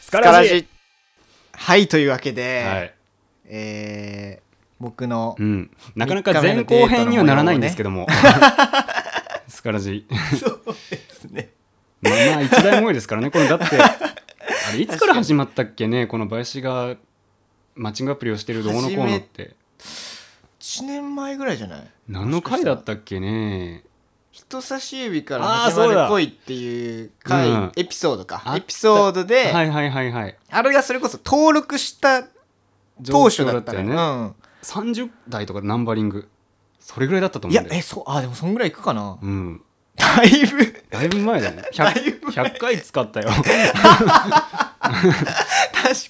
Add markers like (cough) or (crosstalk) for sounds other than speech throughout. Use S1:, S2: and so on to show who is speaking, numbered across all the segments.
S1: スカ
S2: ガ
S1: ラ
S2: ラ
S1: ジ
S2: ジ。
S3: はい、というわけで、
S1: はい。
S3: えー、僕の
S1: う、ん。なかなか前後編にはならないんですけども。 (laughs) スカラジ。
S3: (laughs) そうですね。
S1: まあまあ一大思いですからねこれだってあれいつから始まったっけねこの林がマッチングアプリをしてるどうのこうのって
S3: 1年前ぐらいじゃない
S1: 何の回だったっけね
S3: 人差し指から
S1: あー
S3: 始ま
S1: そうだ
S3: る恋っていう回、
S1: うん
S3: エピソードか
S1: あ
S3: エピソードで、
S1: はいはいはいはい
S3: あれがそれこそ登録した当初だった
S1: 状況
S3: のよ
S1: よね30代とかナンバリングそれぐらいだったと
S3: うん、い
S1: 思う
S3: や
S1: んだ
S3: え
S1: よ
S3: そうあでもそんぐらいいくかな、
S1: うん
S3: だいぶ (laughs)
S1: だいぶ前だね 100, 100回使ったよ
S3: 確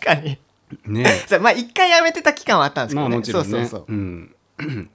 S3: かに
S1: ね
S3: (laughs) そうまあ一回やめてた期間はあったんです
S1: えま
S3: けど
S1: あ
S3: ね、
S1: もちろん
S3: そう
S1: ね
S3: そうそう、
S1: うん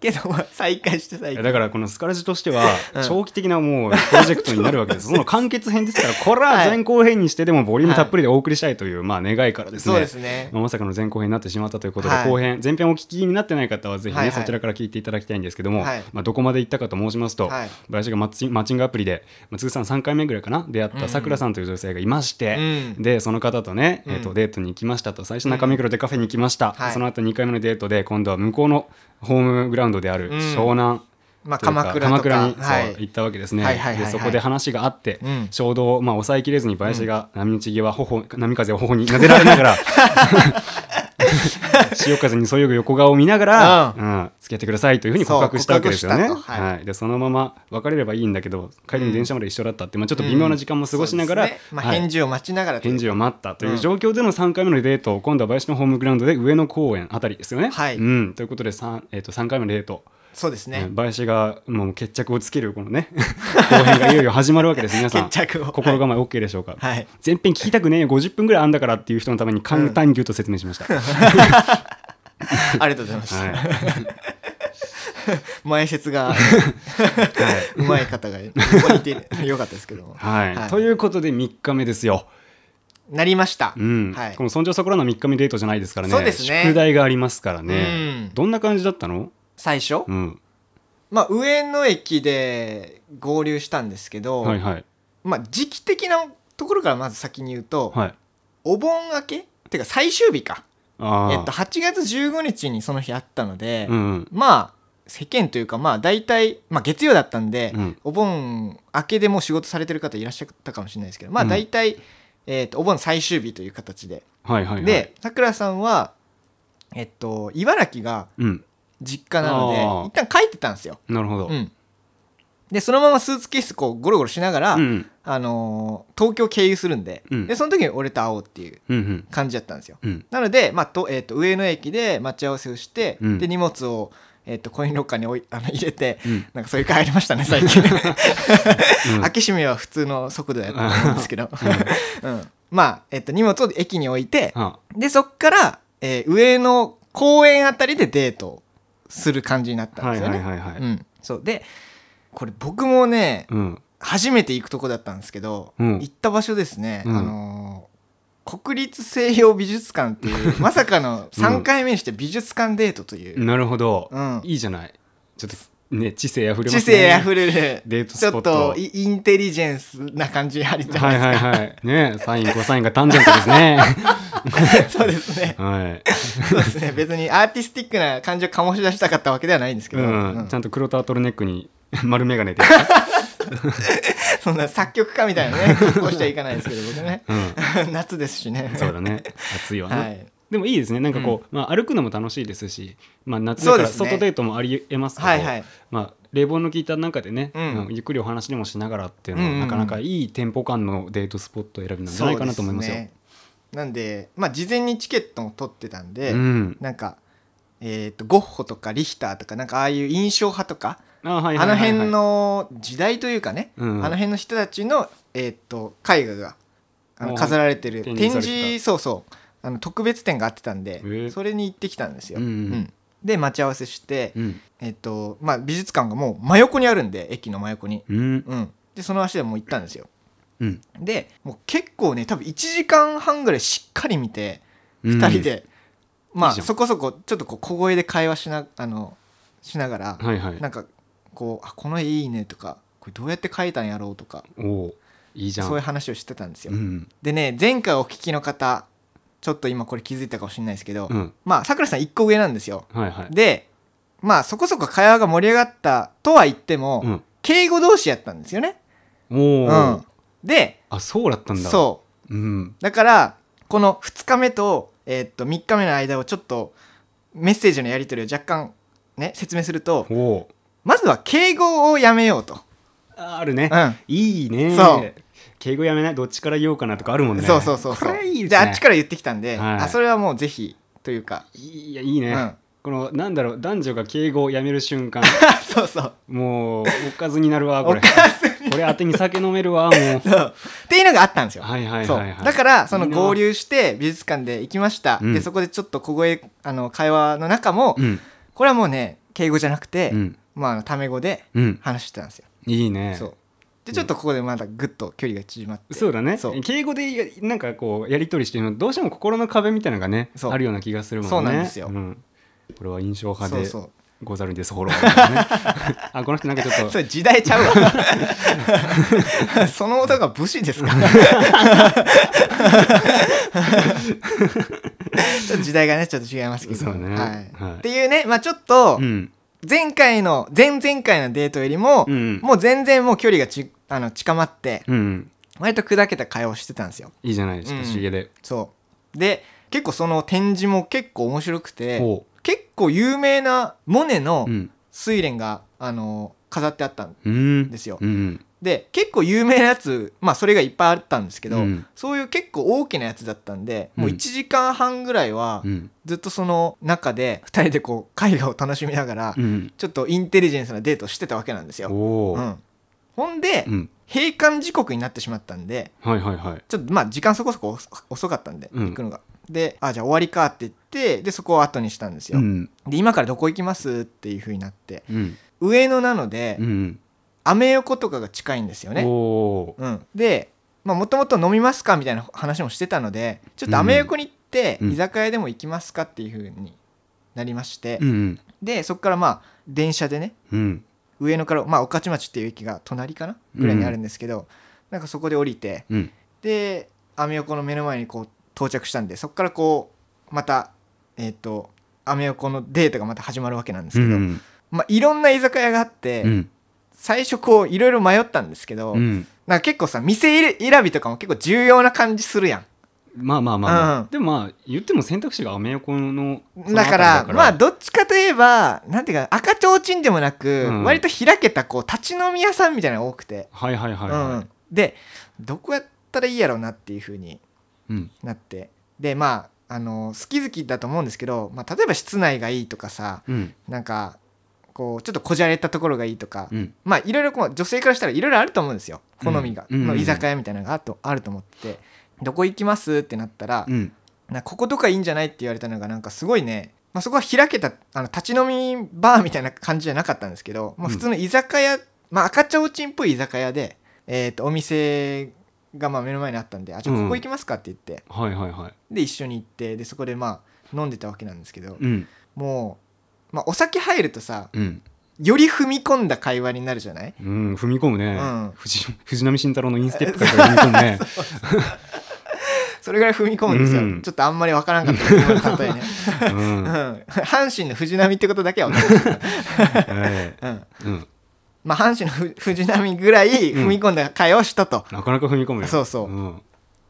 S3: けどまあ再開して再
S1: いやだ
S3: 開
S1: からこのスカラジとしては
S3: うん
S1: 長期的なもうプロジェクトになるわけです、その完結編ですからこれは
S3: はい
S1: 前後編にしてでもボリュームたっぷりでお送りしたいというまあ願いからです
S3: そう
S1: ね
S3: ですね
S1: まあまさかの前後編になってしまったということで、
S3: はい
S1: 後編前編お聞きになってない方はぜひね、
S3: はいはい
S1: そちらから聞いていただきたいんですけども、
S3: はい
S1: まあ、どこまで行ったかと申しますと、
S3: はい
S1: 林がマッチマッチングアプリで、まあ、通算3回目ぐらいかな出会ったさくらさんという女性がいまして、
S3: うん
S1: でその方とね、えー、と
S3: うん
S1: デートに行きましたと最初中目黒でカフェに行きました、
S3: はい
S1: その後2回目のデートで今度は向こうのホームグラウンドである
S3: うん
S1: 湘南、
S3: まあ
S1: という
S3: 鎌倉とか
S1: にそう
S3: はい
S1: 行ったわけですね、
S3: はいはいはいは
S1: で
S3: い
S1: そこで話があって、
S3: うん
S1: 衝動を、まあ、抑えきれずに林が波打ち際頬波風を頬に撫でられな
S3: (laughs)
S1: がら潮風にそよぐ横顔を見ながら、
S3: う
S1: うん付き合ってくださいというふうに告白したわけですよね、
S3: そう告白したと
S1: は
S3: はい
S1: でそのまま別れればいいんだけど帰りの電車まで一緒だったって、まあ、ちょっと微妙な時間も過ごしながら、
S3: そうですねまあ、
S1: はい
S3: 返事を待ちながらという
S1: 返事を待ったという状況での3回目のデート、今度は林のホームグラウンドで上野公園あたりですよね。
S3: はい
S1: うん、ということで 3,、えーと3回目のデート、
S3: そうですね、
S1: うん林がもう決着をつけるこのね (laughs) 後編がいよいよ始まるわけです皆さん
S3: 決着を
S1: 心構え OK でしょうか、
S3: はい (laughs)
S1: 前編聞きたくねえよ50分ぐらいあんだからっていう人のために簡単にぎゅっと説明し
S3: (laughs)
S1: ました、
S3: ありがとうございました、
S1: はい
S3: 前説
S1: (laughs)
S3: がうまい方がいてよかったですけども
S1: はい
S3: はい
S1: ということで3日目ですよ、
S3: なりました、
S1: うん
S3: はい
S1: この「そんじょそこら」の3日目デートじゃないですからね
S3: そうですね
S1: 宿題がありますからね、
S3: うん
S1: どんな感じだったの、
S3: 最初、
S1: うん、
S3: まあ、上野駅で合流したんですけど、
S1: はいはい
S3: まあ、時期的なところからまず先に言うと、
S1: はい
S3: お盆明けっていうか最終日か、
S1: ああ、
S3: えっと、8月15日にその日あったので、
S1: うんうん
S3: まあ世間というかまあ大体、まあ、月曜だったんで、
S1: うん
S3: お盆明けでもう仕事されてる方いらっしゃったかもしれないですけどまあ
S1: うん
S3: 大体、えっとお盆最終日という形で、
S1: はいはいはい
S3: でさくらさんはえっと茨城が
S1: うん
S3: 実家なので
S1: あー
S3: 一旦帰ってたんですよ、
S1: なるほど、
S3: うん、でそのままスーツケースこうゴロゴロしながら、
S1: うん
S3: あのー東京経由するんで,、
S1: うん
S3: でその時に俺と会おうっていう
S1: うんうん
S3: 感じだったんですよ
S1: うん
S3: なので、まあとえー、と上野駅で待ち合わせをして、
S1: うん
S3: で荷物を、えー、とコインロッカーにおいあの入れて、
S1: うん
S3: なんかそういう会ありましたね最
S1: (laughs)
S3: 近
S1: うん
S3: 開け閉めは普通の速度やったと思うんですけど、 (laughs) うん、まあ、えー、と荷物を駅に置いて
S1: あ
S3: でそっから、えー上野公園あたりでデートをする感じになったん
S1: は
S3: で
S1: い
S3: すよ
S1: はい
S3: ね
S1: はいはい、
S3: うんそうでこれ僕もね
S1: うん
S3: 初めて行くとこだったんですけど、
S1: うん
S3: 行った場所ですね、
S1: うん
S3: あのー国立西洋美術館っ
S1: (laughs)
S3: ていうまさかの3回目にして美術館デートという、
S1: なるほど、
S3: うん
S1: いいじゃないちょっとね知性あふれます
S3: 知
S1: ね
S3: 性あふれる
S1: デート
S3: ち
S1: ス
S3: ょ
S1: ポッ
S3: っ
S1: ト
S3: とイインテリジェンスな感じありじゃ
S1: は
S3: ないいですか、
S1: はいはいねサインコサインが単純です
S3: (laughs)
S1: ね
S3: そうですね
S1: はい、
S3: そうですね別にアーティスティックな感じを醸し出したかったわけではないんですけ
S1: う
S3: ど、
S1: ん
S3: うん
S1: ちゃんと黒タートルネックに (laughs) 丸眼鏡で、
S3: そんな作曲家みたいな
S1: (laughs)
S3: ね格好しちゃいかないですけど僕ね (laughs)
S1: うん、
S3: 夏ですしね
S1: そうだね暑いわね、
S3: はい
S1: でもいいですねなんかこう、まあ、歩くのも楽しいですし、まあ、夏だから
S3: そうですね
S1: 外デートもありえますけど
S3: はいはい
S1: まあ、冷房の効いた中でね、
S3: うん
S1: うんゆっくりお話でもしながらっていうのは、
S3: うんうんうん
S1: なかなかいいテンポ感のデートスポットを選びなんじゃないかなと思いますよ。
S3: そうでねなんで、まあ、事前にチケットも取ってたんで、
S1: うん、
S3: なんか、えー、とゴッホとかリヒターとかなんかああいう印象派とか、
S1: あ,、はいは
S3: あ
S1: いは
S3: の
S1: いはい
S3: 辺の時代というかね、
S1: うん
S3: あの辺の人たちの、えー、と絵画があ
S1: あ
S3: の
S1: ー
S3: 飾られてる
S1: 展
S3: 展
S1: 示さ
S3: 示
S1: れてた
S3: そうそうあの特別展があってたんで、
S1: ー
S3: それに行ってきたんですよ。
S1: うんうん
S3: で待ち合わせして、
S1: うん
S3: えーとまあ、美術館がもう真横にあるんで駅の真横に、
S1: うん
S3: うん、でその足でもう行ったんですよ。
S1: うん
S3: でもう結構ね多分1時間半ぐらいしっかり見て
S1: うん
S3: 2人で、まあ
S1: いいじゃん
S3: そこそこちょっとこう小声で会話しなあのしながら、
S1: はいはい
S3: なんかこう「あこの絵いいね」とか「これどうやって描いたんやろう」とか
S1: おおいいじゃん
S3: そういう話をしてたんですよ。
S1: うん
S3: でね前回お聞きの方ちょっと今これ気づいたかもしれないですけど、
S1: うん
S3: まあさくらさん1個上なんですよ
S1: はいはい
S3: でまあそこそこ会話が盛り上がったとは言っても、
S1: うん
S3: 敬語同士やったんですよね、
S1: おお、
S3: うん、で
S1: あそうだったんだ
S3: そう
S1: ううん
S3: だからこの2日目と,、えーっと3日目の間をちょっとメッセージのやり取りを若干ね説明すると
S1: おお
S3: まずは敬語をやめようと、
S1: ああるね、
S3: うん
S1: いいね
S3: そう
S1: 敬語やめないどっちから言おうかなとかあるもんね
S3: そうそうそう
S1: こ
S3: そう
S1: れいいですね
S3: であっちから言ってきたんで、
S1: はい
S3: あそれはもうぜひというか、
S1: いやいいね、
S3: うん (laughs)
S1: このなんだろう男女が敬語をやめる瞬間
S3: そうそう
S1: もうおかずになるわこれ
S3: おかず
S1: これ当てに酒飲めるわもう
S3: (laughs) そうっていうのがあったんですよ、
S1: はいはいはいは
S3: そ
S1: いう
S3: だからその
S1: いいな
S3: 合流して美術館で行きました、
S1: うん
S3: でそこでちょっと小声あの会話の中も、
S1: うん
S3: これはもうね敬語じゃなくて、
S1: うん
S3: まああのタメ語で
S1: うん
S3: 話してたんですよ、
S1: いいね
S3: そうでちょっとここでまだぐっと距離が縮まって
S1: そうだね
S3: そう
S1: 敬語でやなんかこうやり取りしてるのどうしても心の壁みたいなのがね
S3: そう
S1: あるような気がするもんね
S3: そうなんですよ
S1: んこれは印象派
S3: そう
S1: で
S3: そ
S1: ござるんですフォローみたいなね
S3: (laughs)
S1: あこの人なんかちょ
S3: う
S1: っ
S3: そ
S1: と
S3: れ時代ちゃうわ (laughs) その音が武
S1: (laughs)
S3: 士ですかちょっと時代がねちょっと違いますけ
S1: そ
S3: ど、
S1: うね
S3: はい
S1: はい
S3: っていうねまあちょっと
S1: うん
S3: 前回の前々回のデートよりも、
S1: うん
S3: もう全然もう距離がちあの近まって
S1: うん
S3: 割と砕けた会話をしてたんですよ
S1: いいじゃないです
S3: う
S1: か
S3: ん
S1: 茂で
S3: そうで結構その展示も結構面白くて
S1: ほ
S3: 結構有名なモネの
S1: ううん
S3: 睡蓮が、あの飾ってあったん
S1: うん
S3: ですよ
S1: うん
S3: で結構有名なやつまあそれがいっぱいあったんですけど、
S1: うん
S3: そういう結構大きなやつだったんで、もう
S1: うん
S3: 1時間半ぐらいは
S1: うん
S3: ずっとその中で2人でこう絵画を楽しみながら、
S1: うん
S3: ちょっとインテリジェンスなデートをしてたわけなんですよ、
S1: おお
S3: うん、ほんで、
S1: うん
S3: 閉館時刻になってしまったんで
S1: はいはいはい
S3: ちょっとまあ時間そこそこ遅遅かったんで、
S1: うん
S3: 行くのがであじゃあ終わりかって言ってでそこを後にしたんですよ、
S1: うん
S3: で今からどこ行きますっていう風になって
S1: うん
S3: 上野なので、
S1: うん
S3: アメ横とかが近いんですよね
S1: おお
S3: うん、でもともと飲みますかみたいな話もしてたのでちょっとアメ横に行って、
S1: うん
S3: 居酒屋でも行きますかっていう風になりまして、
S1: うん
S3: でそこからまあ電車でね
S1: うん
S3: 上野から、まあ、御徒町っていう駅が隣かなぐらいにあるんですけど、なんかそこで降りて
S1: うん
S3: でアメ横の目の前にこう到着したんでそこからこうまたえっ、とアメ横のデートがまた始まるわけなんです
S1: う
S3: けど、
S1: ん
S3: まあ、いろんな居酒屋があって、
S1: うん
S3: 最初こういろいろ迷ったんですけど、
S1: うん
S3: なんか結構さ店選びとかも結構重要な感じするやん
S1: まあまあまあまあ、
S3: うん
S1: でもまあ言っても選択肢がアメ横のその辺り
S3: だからまあどっちかといえばなんていうか赤ちょうちんでもな
S1: う
S3: く、
S1: ん
S3: 割と開けたこう立ち飲み屋さんみたいなのが多くて、
S1: はいはいはい
S3: うんう
S1: は
S3: んでどこやったらいいやろうなっていう風に
S1: いうん
S3: なってでまああの好き好きだと思うんですけど、まあ、例えば室内がいいとかさ
S1: うん
S3: なんかこうちょっとこじゃれたところがいいとか、
S1: うん
S3: まあいろいろこう女性からしたらいろいろあると思うんですよ好みが、
S1: うん
S3: の居酒屋みたいなのがあとあると思っててどこ行きますってなったら、
S1: うん
S3: なんかこことかいいんじゃないって言われたのがなんかすごいね、まあ、そこは開けたあの立ち飲みバーみたいな感じじゃなかったんですけど、まあ、
S1: うん
S3: 普通の居酒屋、まあ、赤ちょうちんっぽい居酒屋で、えー、とお店がまあ目の前にあったんで「あじゃあ
S1: うん
S3: ここ行きますか」って言って、
S1: はいはいはい
S3: で一緒に行ってでそこでまあ飲んでたわけなんですけど、
S1: うん
S3: もう、まあ、お酒入るとさ
S1: うん、
S3: より踏み込んだ会話になるじゃない
S1: うん、踏み込むね、
S3: うん
S1: 藤藤波慎太郎のインステップから踏み込む
S3: (laughs)
S1: ね
S3: それぐらい踏み込むんですよ、
S1: うん
S3: ちょっとあんまりわからんかったけど今
S1: (laughs)
S3: の例えね、
S1: うん
S3: うん、
S1: は
S3: 阪神の藤波ってことだけは分かる、
S1: い
S3: う
S1: う
S3: ん、
S1: ん
S3: まあ、阪神のふ藤波ぐらい踏み込んだ会話をしたと、
S1: なかなか踏み込むよ
S3: そうそう
S1: うん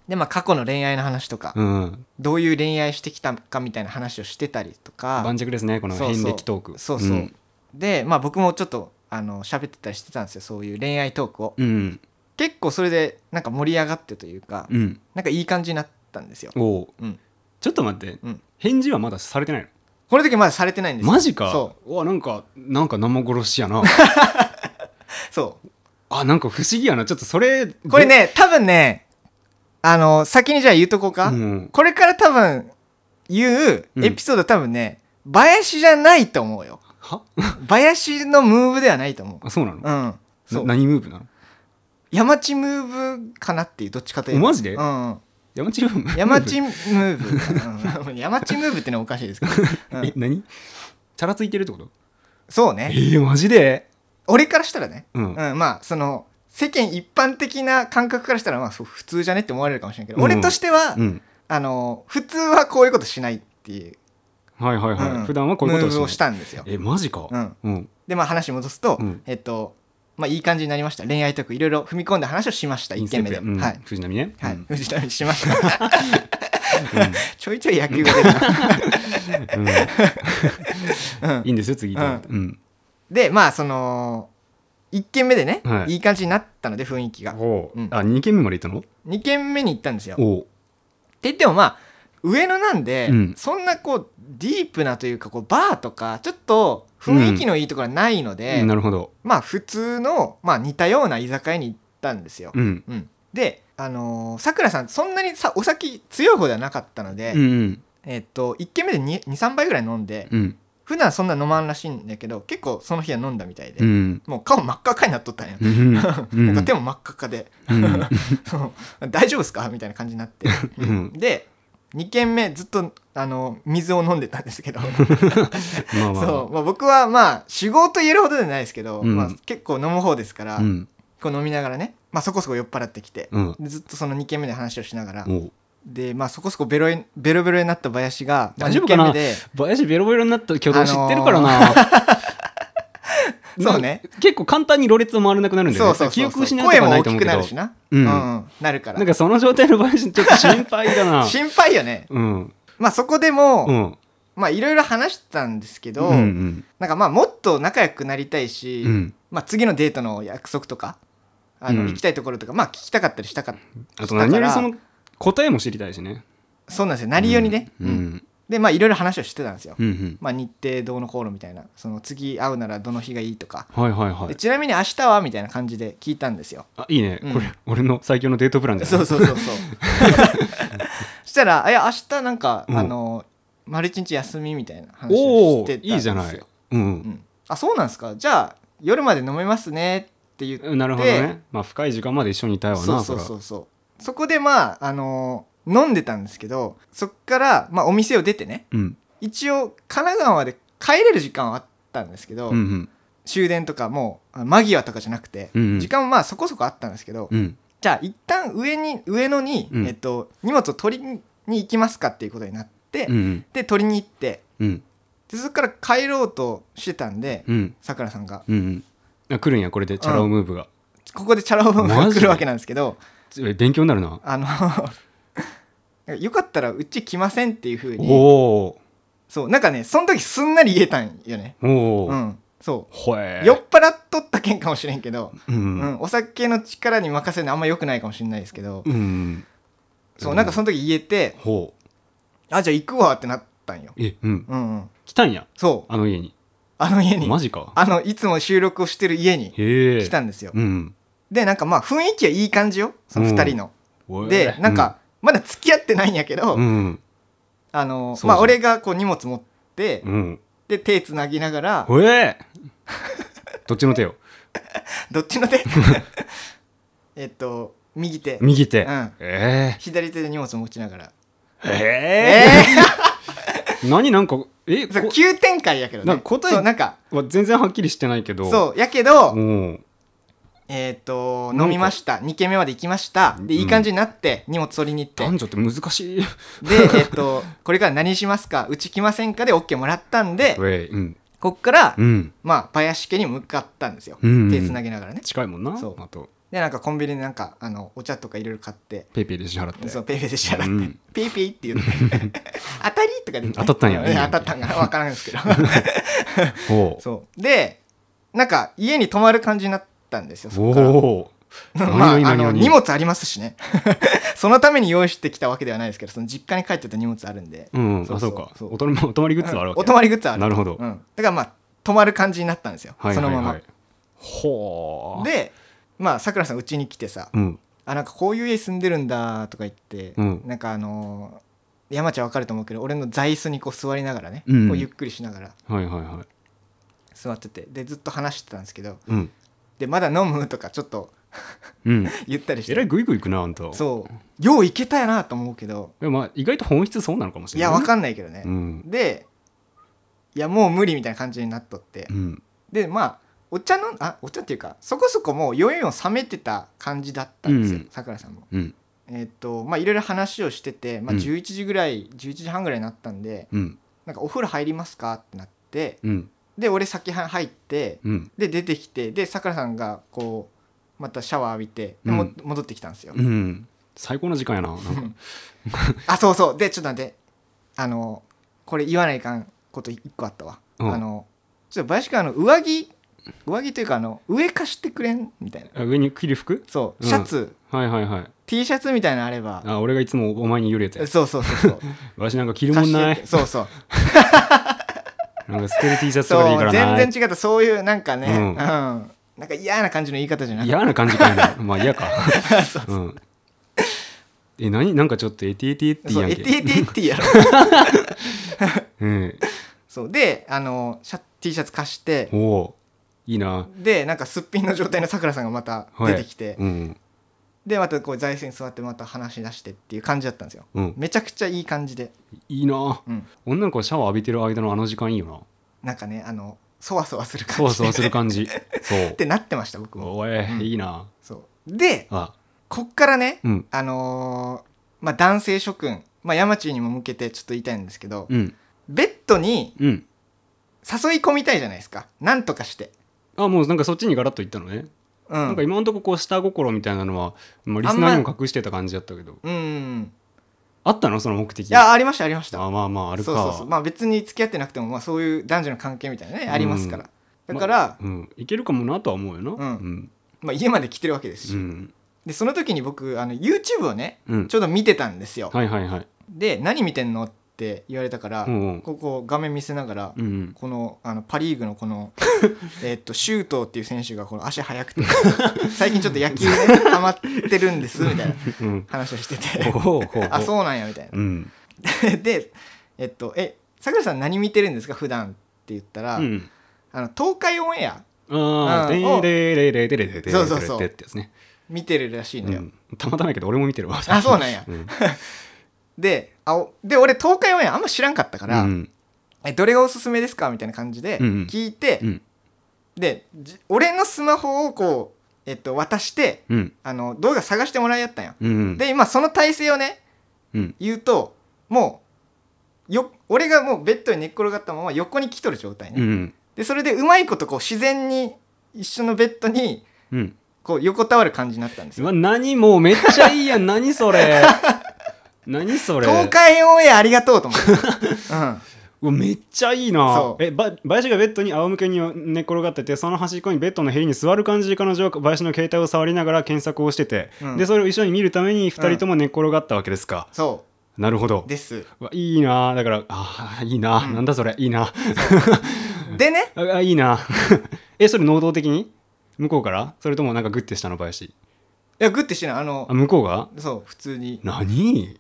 S3: で、まあ、過去の恋愛の話とか、
S1: うん
S3: どういう恋愛してきたかみたいな話をしてたりとか
S1: 盤石ですねこの
S3: そうそう
S1: 遍歴トーク
S3: そうそう、
S1: うん
S3: で、まあ、僕もちょっとあの喋ってたりしてたんですよそういう恋愛トークを、
S1: うん
S3: 結構それでなんか盛り上がってというか、
S1: うん
S3: なんかいい感じになったんですよ、
S1: おう
S3: うん、
S1: ちょっと待って、
S3: うん
S1: 返事はまだされてないの
S3: この時まだされてないんですよ
S1: マジか
S3: そう
S1: わなんかなんか生殺しや
S3: (laughs)
S1: な
S3: うそう
S1: あなんか不思議やなちょっとそれ
S3: これね多分ねあの先にじゃあ言うとこうか、
S1: うん、
S3: これから多分言うエピソード多分ね、林じゃないと思うよ
S1: は
S3: 林のムーブではないと思う。
S1: あそうなの、な
S3: うん。そう。
S1: 何ムーブなの
S3: 山地ムーブかなっていう、どっちかというと。
S1: おマジで
S3: うんうん。
S1: 山地ムーブ
S3: (laughs) 山地ムーブ。うん山地ムーブってのはおかしいですけど。う
S1: (laughs) え
S3: ん
S1: 何チャラついてるってこと
S3: そう
S1: え
S3: ね。
S1: ー、マジで
S3: 俺からしたらね。
S1: う、
S3: うんん。まあ、その、世間一般的な感覚からしたら、まあ、ふ普通じゃねって思われるかもしれないけど、
S1: うん
S3: 俺としては
S1: う、ん、
S3: あの普通はこういうことしないっていう
S1: はいはいはい、
S3: うん
S1: 普段はこういうこと
S3: ムーブ
S1: を
S3: を
S1: し
S3: してたんですよ
S1: ないえマジか
S3: うん
S1: うん
S3: でまあ話戻すと、
S1: うん
S3: えっとまあいい感じになりました恋愛とかいろいろ踏み込んで話をしました
S1: イン
S3: 1
S1: ステ
S3: 件
S1: ッ
S3: 目
S1: プ
S3: で、
S1: やうん
S3: はい
S1: 藤波ね
S3: はい、
S1: うん
S3: 藤波しましたちょいちょい野球が出る
S1: うんいいんですよ次
S3: うん
S1: うん
S3: でまあその1軒目でね、
S1: はい
S3: い、い感じになったので雰囲気が
S1: おう
S3: うん
S1: あ二軒目まで行ったの
S3: 2軒目に行ったんですよって
S1: おう
S3: 言ってもまあ上野なんで、
S1: うん
S3: そんなこうディープなというかこうバーとかちょっと雰囲気のいいところはないので、
S1: うんなるほど
S3: まあ普通の、まあ、似たような居酒屋に行ったんですよ、
S1: うん
S3: うんであのーさくらさんそんなにさお酒強い方ではなかったので、
S1: うんうん
S3: えっと1軒目で23杯ぐらい飲んで、
S1: うん
S3: 普段そんな飲まんらしいんだけど結構その日は飲んだみたいで、
S1: うん
S3: もう顔真っ赤っかになっとったんよ、
S1: うんうん
S3: (laughs) なんか手も真っ赤っかで
S1: うん
S3: 大丈夫ですかみたいな感じになって、
S1: うん
S3: で2軒目ずっとあの水を飲んでたんで
S1: (laughs)
S3: すけど
S1: まあまあ
S3: そう、まあ、僕はまあ酒豪と言えるほどじゃないですけど、
S1: うん
S3: まあ、結構飲む方ですから、
S1: うん
S3: こう飲みながらね、まあ、そこそこ酔っ払ってきて、
S1: うん
S3: でずっとその2軒目で話をしながら
S1: おう
S3: で、まあ、そこそこベロいベロベロになった林が、まあ、
S1: 大丈夫かな
S3: 2軒目で
S1: 林ベロベロになった挙動知ってるからな
S3: (laughs) そうね
S1: なんか結構簡単にろれつを回らなくなるんだよ
S3: そう
S1: ね
S3: そう
S1: 記
S3: そう
S1: 憶
S3: そう
S1: 失うと
S3: 声
S1: か
S3: も
S1: ない
S3: 大
S1: と
S3: き
S1: 思う
S3: く
S1: け
S3: な
S1: ど
S3: るしな、
S1: う
S3: うんんなるから
S1: なんかその状態の林ちょっと心配だ
S3: (laughs)
S1: な
S3: 心配よね
S1: うん
S3: まあそこでも、
S1: うん
S3: まあいろいろ話したんですけど、
S1: うんうん
S3: なんかまあもっと仲良くなりたいし、
S1: うん
S3: まあ、次のデートの約束とかあの、
S1: うん
S3: 行きたいところとかまあ聞きたかったりしたかっ
S1: あと何よりその答えも知りたいしね
S3: たそうなんですよ何よりね、
S1: うん
S3: う
S1: うんん
S3: でまあいろいろ話をしてたんですよ、
S1: うん
S3: まあ、日程どうのこうのみたいなその次会うならどの日がいいとか、
S1: はいはいは
S3: で
S1: い
S3: ちなみに明日はみたいな感じで聞いたんですよ
S1: あいいね
S3: うん
S1: これ俺の最強のデートプランじゃ
S3: そ
S1: な
S3: う
S1: い
S3: そうそうそう
S1: (laughs)
S3: そしたら「いや明日なんか、
S1: うん
S3: あの丸一日休み」みたいな話
S1: お
S3: をし
S1: お
S3: て
S1: ー
S3: たんですよ
S1: いいじゃないう
S3: うんん、あそうなんですかじゃあ夜まで飲めますねって言って
S1: なるほどねまあ深い時間まで一緒にいたいわな
S3: そうそう
S1: そ
S3: そ
S1: ら
S3: うそうそこでまああのー飲んでたんですけどそっから、まあ、お店を出てね
S1: うん
S3: 一応神奈川まで帰れる時間はあったんですけど、
S1: うんうん
S3: 終電とかもう間際とかじゃなくて、
S1: うんうん
S3: 時間もまあそこそこあったんですけど、
S1: うん
S3: じゃあ一旦上に上野に、
S1: うん
S3: えっと、荷物を取りに行きますかっていうことになって、
S1: うん
S3: で取りに行って
S1: うん
S3: でそこから帰ろうとしてたんで
S1: うん
S3: さくらさんが
S1: うんうんあ来るんやこれでチャラ男ムーブが
S3: ここでチャラ男が
S1: マジ
S3: 来るわけなんですけど
S1: つえ勉強になるな
S3: あのよかったらうち来ませんっていうふうに
S1: お
S3: そうなんかねその時すんなり言えたんよね
S1: ーお
S3: う
S1: ー
S3: んそ
S1: ほ
S3: う
S1: え
S3: 酔っ払っとった件かもしれんけど、
S1: う
S3: うん
S1: うん
S3: ん、お酒の力に任せるのあんま良くないかもしれないですけど、
S1: うん
S3: そうなんかその時言えて
S1: ほう
S3: あじゃあ行くわってなったんよ
S1: えうん
S3: うん、うん、
S1: 来たんや
S3: そう
S1: あの家に
S3: あの家に
S1: マジか
S3: あのいつも収録をしてる家に
S1: へえ
S3: 来たんですよ
S1: うん
S3: でなんかまあ雰囲気はいい感じよその2人の、
S1: おい
S3: でなんかまだ付き合ってないんやけど、
S1: うんうん
S3: あの
S1: そう
S3: まあ
S1: そう
S3: 俺がこう荷物持って、
S1: うん
S3: で手つなぎながら
S1: ほえ
S3: (laughs)
S1: どっちの手よ
S3: どっちの手 (laughs) えっと右手
S1: 右手、
S3: うん
S1: え
S3: 左手で荷物持ちながら
S1: えええ
S3: え
S1: 何なんかえ
S3: ー、そう (laughs)
S1: こ
S3: 急展開やけど
S1: なん
S3: ね
S1: か答え
S3: そうなんか
S1: わ全然はっきりしてないけど
S3: そうやけど、
S1: もう
S3: えっ、と
S1: なんか
S3: 飲みました2軒目まで行きましたで
S1: うん
S3: いい感じになって荷物取りに行って、
S1: 男女って難しい
S3: でえっ、とこれから何しますかうち来ませんかで OK もらったんで
S1: ウェイうん
S3: こっから、
S1: うん
S3: まあ林家に向かったんですよ、
S1: うんうん
S3: 手つなぎながらね
S1: 近いもんな
S3: そう
S1: あと
S3: でなんかコンビニでなんかあのお茶とかいろいろ買って
S1: ペイペイで支払って
S3: そうペイペイで支払って、
S1: うん
S3: ピーピーって言って
S1: (laughs)
S3: 当たりとかで、
S1: 当たったんや
S3: う
S1: いいね
S3: 当たったんかな分からんですけど
S1: おう
S3: そうでなんか家に泊まる感じになったんですよそ
S1: お
S3: っから
S1: お
S3: まあ、
S1: 何々
S3: あの
S1: 何々
S3: 荷物ありますしね (laughs) そのために用意してきたわけではないですけどその実家に帰ってた荷物あるんで、
S1: うん
S3: そう
S1: あ
S3: そ
S1: そううか
S3: そう
S1: おとお泊まりグッズはあるわけ
S3: お泊まりグッズはある
S1: なるほど
S3: うん、だからまあ泊まる感じになったんですよ、
S1: はいはい
S3: その
S1: は
S3: ま
S1: いほ
S3: ま
S1: う
S3: でまあさくらさんうちに来てさ
S1: うん
S3: あなんかこういう家住んでるんだとか言って、
S1: うん
S3: なんかあのー山ちゃんわかると思うけど俺の座椅子にこう座りながらね、
S1: うん
S3: こうゆっくりしながら
S1: はいはいはい
S3: 座っててでずっと話してたんですけど
S1: うん
S3: でまだ飲むとかちょっと (laughs)
S1: うん
S3: 言ったりし
S1: えらい
S3: て
S1: グイグイいくなあんた
S3: そうよういけたやなと思うけど
S1: でもまあ意外と本質そうなのかもし
S3: い
S1: れない
S3: やわか
S1: ん
S3: んないけどね、
S1: うん
S3: でいやもう無理みたいな感じになっとって、
S1: うん
S3: でまあお茶のあお茶っていうかそこそこもう余韻を冷めてた感じだったんですよ
S1: うん
S3: さくらさんも
S1: うん
S3: えっとまあいろいろ話をしてて、まあ、
S1: うん
S3: 11時ぐらい、11時半ぐらいになったんで
S1: うん
S3: なんかお風呂入りますかってなって
S1: うん
S3: で俺先は入って
S1: うん
S3: で出てきてでさくらさんがこうまたシャワー浴びてでも、
S1: うん
S3: 戻ってきたんですよ、
S1: うん最高な時間やななんか (laughs)
S3: あそうそうでちょっと待ってあのこれ言わないかんこと一個あったわ、
S1: うん
S3: あのちょっと林君あの上着上着というかあの上貸してくれんみたいな
S1: あ上に着る服
S3: そう
S1: うん
S3: シャツ、
S1: はいはいはい
S3: T シャツみたいなのあれば
S1: あ俺がいつもお前に揺れて
S3: そうそうそ
S1: (laughs)
S3: うそう
S1: わしなんか着るもんな
S3: 貸してって
S1: い
S3: そうそう
S1: なんか捨てる T シャツとかでいいか
S3: そう
S1: らな
S3: 全然違ったそういうなんかね、う
S1: うんん
S3: なんか嫌な感じの言い方じゃなかっ
S1: 嫌な感じかや
S3: (laughs)
S1: なまあ嫌かうんえ何なんかちょっとエティエティエテ
S3: た
S1: ィ
S3: そう
S1: やん
S3: エ
S1: け
S3: ティエティエティやろ
S1: うん
S3: そうであのシャ T シャツ貸して
S1: おおいいな
S3: でなんかすっぴんの状態のさくらさんがまた出てきて、
S1: うん
S3: でまたこう座椅子に座ってまた話し出してっていう感じだったんですよ
S1: うん
S3: めちゃくちゃいい感じで、
S1: いいな
S3: うん、
S1: 女の子がシャワー浴びてる間のあの時間いいよな
S3: なんかねあのそわそわする感じ
S1: そわそわする
S3: じ
S1: 感
S3: (laughs)
S1: じそう
S3: ってなってました僕も
S1: お
S3: うん
S1: いいいな
S3: そうで
S1: あ
S3: こっからね、
S1: うん
S3: あのーまあ、男性諸君、まあ、山地にも向けてちょっと言いたいんですけど、
S1: うん
S3: ベッドに
S1: うん
S3: 誘い込みたいじゃないですかなんとかして、
S1: あもうなんかそっちにガラッといったのね
S3: う
S1: なん
S3: ん、
S1: か今のとここう下心みたいなのは、まあ、リスナーにも隠してた感じだったけど
S3: うんうん
S1: あったのその目的
S3: いやありましたありました
S1: あまあまああるか
S3: そうそうそうまあ別に付き合ってなくても、まあ、そういう男女の関係みたいなねありますから、だか
S1: まあ
S3: ら、
S1: うん、いけるかもなとは思うよな
S3: うん
S1: うん
S3: まあ、家まで来てるわけですし、
S1: うん
S3: でその時に僕あの YouTube をね
S1: うん
S3: ちょうど見てたんですよ、
S1: はいはいはい
S3: で何見てんのって言われたから、
S1: うんうん
S3: ここ画面見せながら、
S1: うんうん
S3: このあのパ・リーグのこ
S1: (laughs)
S3: のえっとシュートっていう選手がこの足速くて最近ちょっと野球ねハマってるんですみたいな
S1: うん
S3: 話をして
S1: (laughs) ほう
S3: て
S1: ほうほう
S3: あそうなんやみたいな
S1: うん
S3: (laughs) でえっと「えさくらさん何見てるんですか普段って言ったら、
S1: うん
S3: あの東海オンエア
S1: ああ
S3: う
S1: で
S3: んお
S1: れれれれれれれ
S3: そうそうそう
S1: れれってやつね
S3: 見てるらしいのよ、
S1: うんたまたまやけど俺も見てるわ
S3: あそうなんや
S1: うん
S3: であおで俺東海オンエアあんま知らんかったから、
S1: うん
S3: えどれがおすすめですかみたいな感じで
S1: うんうん
S3: 聞いて、
S1: うん
S3: でじ俺のスマホをこう、えっと、渡して
S1: うん
S3: あの動画探してもらいやったんよ、
S1: うん
S3: で今その体勢をね
S1: うん
S3: 言うともうよ俺がもうベッドに寝っ転がったまま横に来とる状態ね、
S1: うん
S3: でそれでうまいことこう自然に一緒のベッドに
S1: うん
S3: こう横たわる感じになったんです
S1: う
S3: よ
S1: わ何もうめっちゃいいやん何それ何それ
S3: 東海オンエアありがとうと
S1: (laughs)
S3: 思って、うん、
S1: うわめっちゃいい
S3: そ
S1: な
S3: う
S1: えば林がベッドに仰向けに寝転がっててその端っこにベッドの塀に座る感じで彼女は林の携帯を触りながら検索をしてて、
S3: うん
S1: でそれを一緒に見るために2人とも寝転がったわけですか、
S3: そ
S1: なるほど
S3: うです
S1: うわいいなだからあーいいな、
S3: うん
S1: なんだそれいいな
S3: でね
S1: ああいいな (laughs) えそれ能動的に向こうからそれともなんかグッてしたの林
S3: いやグッてしてないあの
S1: あ向こうが
S3: そう普通に (laughs)
S1: 何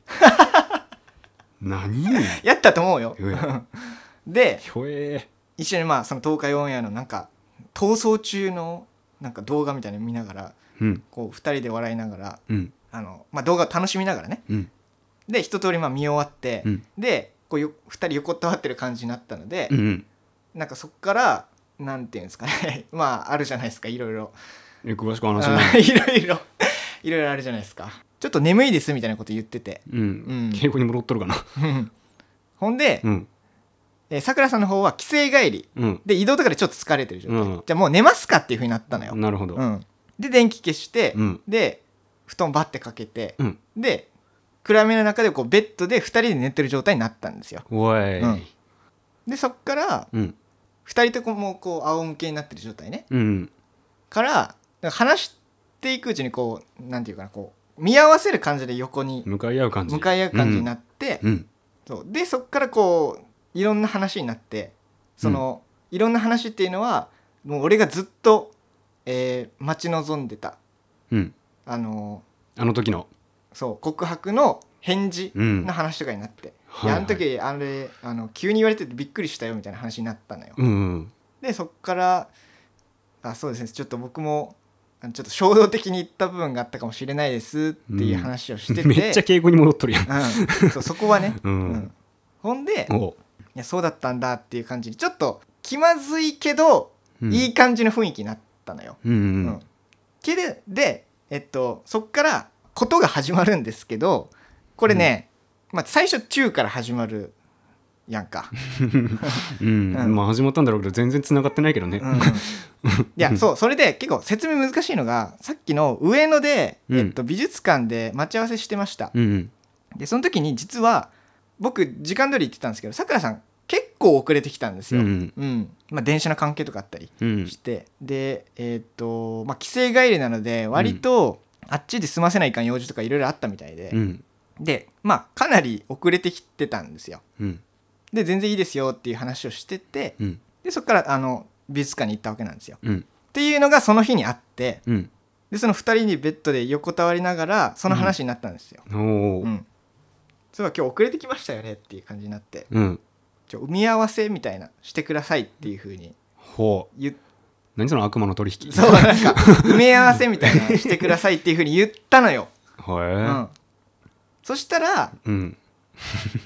S1: 何
S3: やったと思うよ
S1: うや
S3: (laughs) で
S1: ひょえ
S3: 一緒にまあその東海オンエアのなんか逃走中のなんか動画みたいなの見ながら
S1: うん
S3: こう2人で笑いながら
S1: うん
S3: あの、まあ、動画を楽しみながらね
S1: うん
S3: で一通りまあ見終わって、
S1: うん
S3: でこうよ2人横たわってる感じになったので、
S1: うんうん
S3: なんかそっからなんていうんですかね (laughs) まああるじゃないですかいろいろ
S1: え詳しく話し
S3: あ
S1: ない
S3: ーいろいろ (laughs) いろいろあるじゃないですかちょっと眠いですみたいなこと言って (laughs) て
S1: うん、
S3: うん
S1: 敬語に戻っとるか
S3: (laughs)
S1: な
S3: うんほんで
S1: うん
S3: えーさくらさんの方は帰省帰り
S1: うん
S3: で移動とかでちょっと疲れてる状態、
S1: うん
S3: じゃあもう寝ますかっていうふうになったのよ、
S1: なるほど
S3: うんで電気消して、
S1: うん
S3: で布団バッてかけて、
S1: うん
S3: で暗めの中でこうベッドで2人で寝てる状態になったんですよ
S1: おい
S3: うんでそっから
S1: うん
S3: 2人ともこう仰向けになってる状態ね
S1: うん
S3: からなんか話していくうちにこうなんていうかなこう見合わせる感じで横に
S1: 向かい合う感じ
S3: 向かい合う感じになって、
S1: うん
S3: そうでそっからこういろんな話になってその、いろんな話っていうのはもう俺がずっと、えー待ち望んでた
S1: うん、うん、
S3: あの
S1: あの時の
S3: そう告白の返事
S1: うん
S3: の話とかになって、
S1: はい
S3: い
S1: は
S3: や
S1: い
S3: あの時あれあの急に言われててびっくりしたよみたいな話になったのよ、
S1: うんうん
S3: でそっからあそうですねちょっと僕もあのちょっと衝動的に言った部分があったかもしれないですっていう話をしてて、うん、
S1: めっちゃ敬語に戻っとるやん
S3: そうそこはね、
S1: う、
S3: うんんほんで
S1: お
S3: いやそうだったんだっていう感じでちょっと気まずいけど、
S1: うん
S3: いい感じの雰囲気になったのよ、
S1: うんう
S3: うん
S1: うん
S3: けででえっとそっからことが始まるんですけどこれね、まあ、最初「中」から始まるや
S1: (laughs)
S3: んか。
S1: うん、
S3: うん
S1: まあ始まったんだろうけど全然繋がってないけどね、
S3: うんうんいやそうそれで結構説明難しいのがさっきの上野で、
S1: うん
S3: えっと、美術館で待ち合わせしてました、
S1: うんうん
S3: でその時に実は僕時間通り行ってたんですけどさくらさん結構遅れてきたんです
S1: うん
S3: よ、
S1: う
S3: うん
S1: ん
S3: まあ、電車の関係とかあったり
S1: うん
S3: して、でえーっと、まあ、帰省帰りなので割とあっちで済ませないかん用事とかいろいろあったみたいで
S1: う、ん
S3: でまあかなり遅れてきてたんですよ
S1: うん
S3: で全然いいですよっていう話をしてて
S1: うん
S3: でそこからあの美術館に行ったわけなんですよ
S1: うん
S3: っていうのがその日にあって
S1: うん
S3: でその2人にベッドで横たわりながらその話になったんですよ、
S1: お
S3: う
S1: お
S3: んそういえば今日遅れてきましたよねっていう感じになって
S1: うん
S3: ちょ埋め合わせみたいなしてくださいっていうふうに
S1: ほう
S3: 言っ
S1: 何その悪魔の取引
S3: そうなんか埋め合わせみたいなしてくださいっていうふうに言ったのよ、
S1: へ
S3: う
S1: え
S3: ん、そしたら、
S1: うん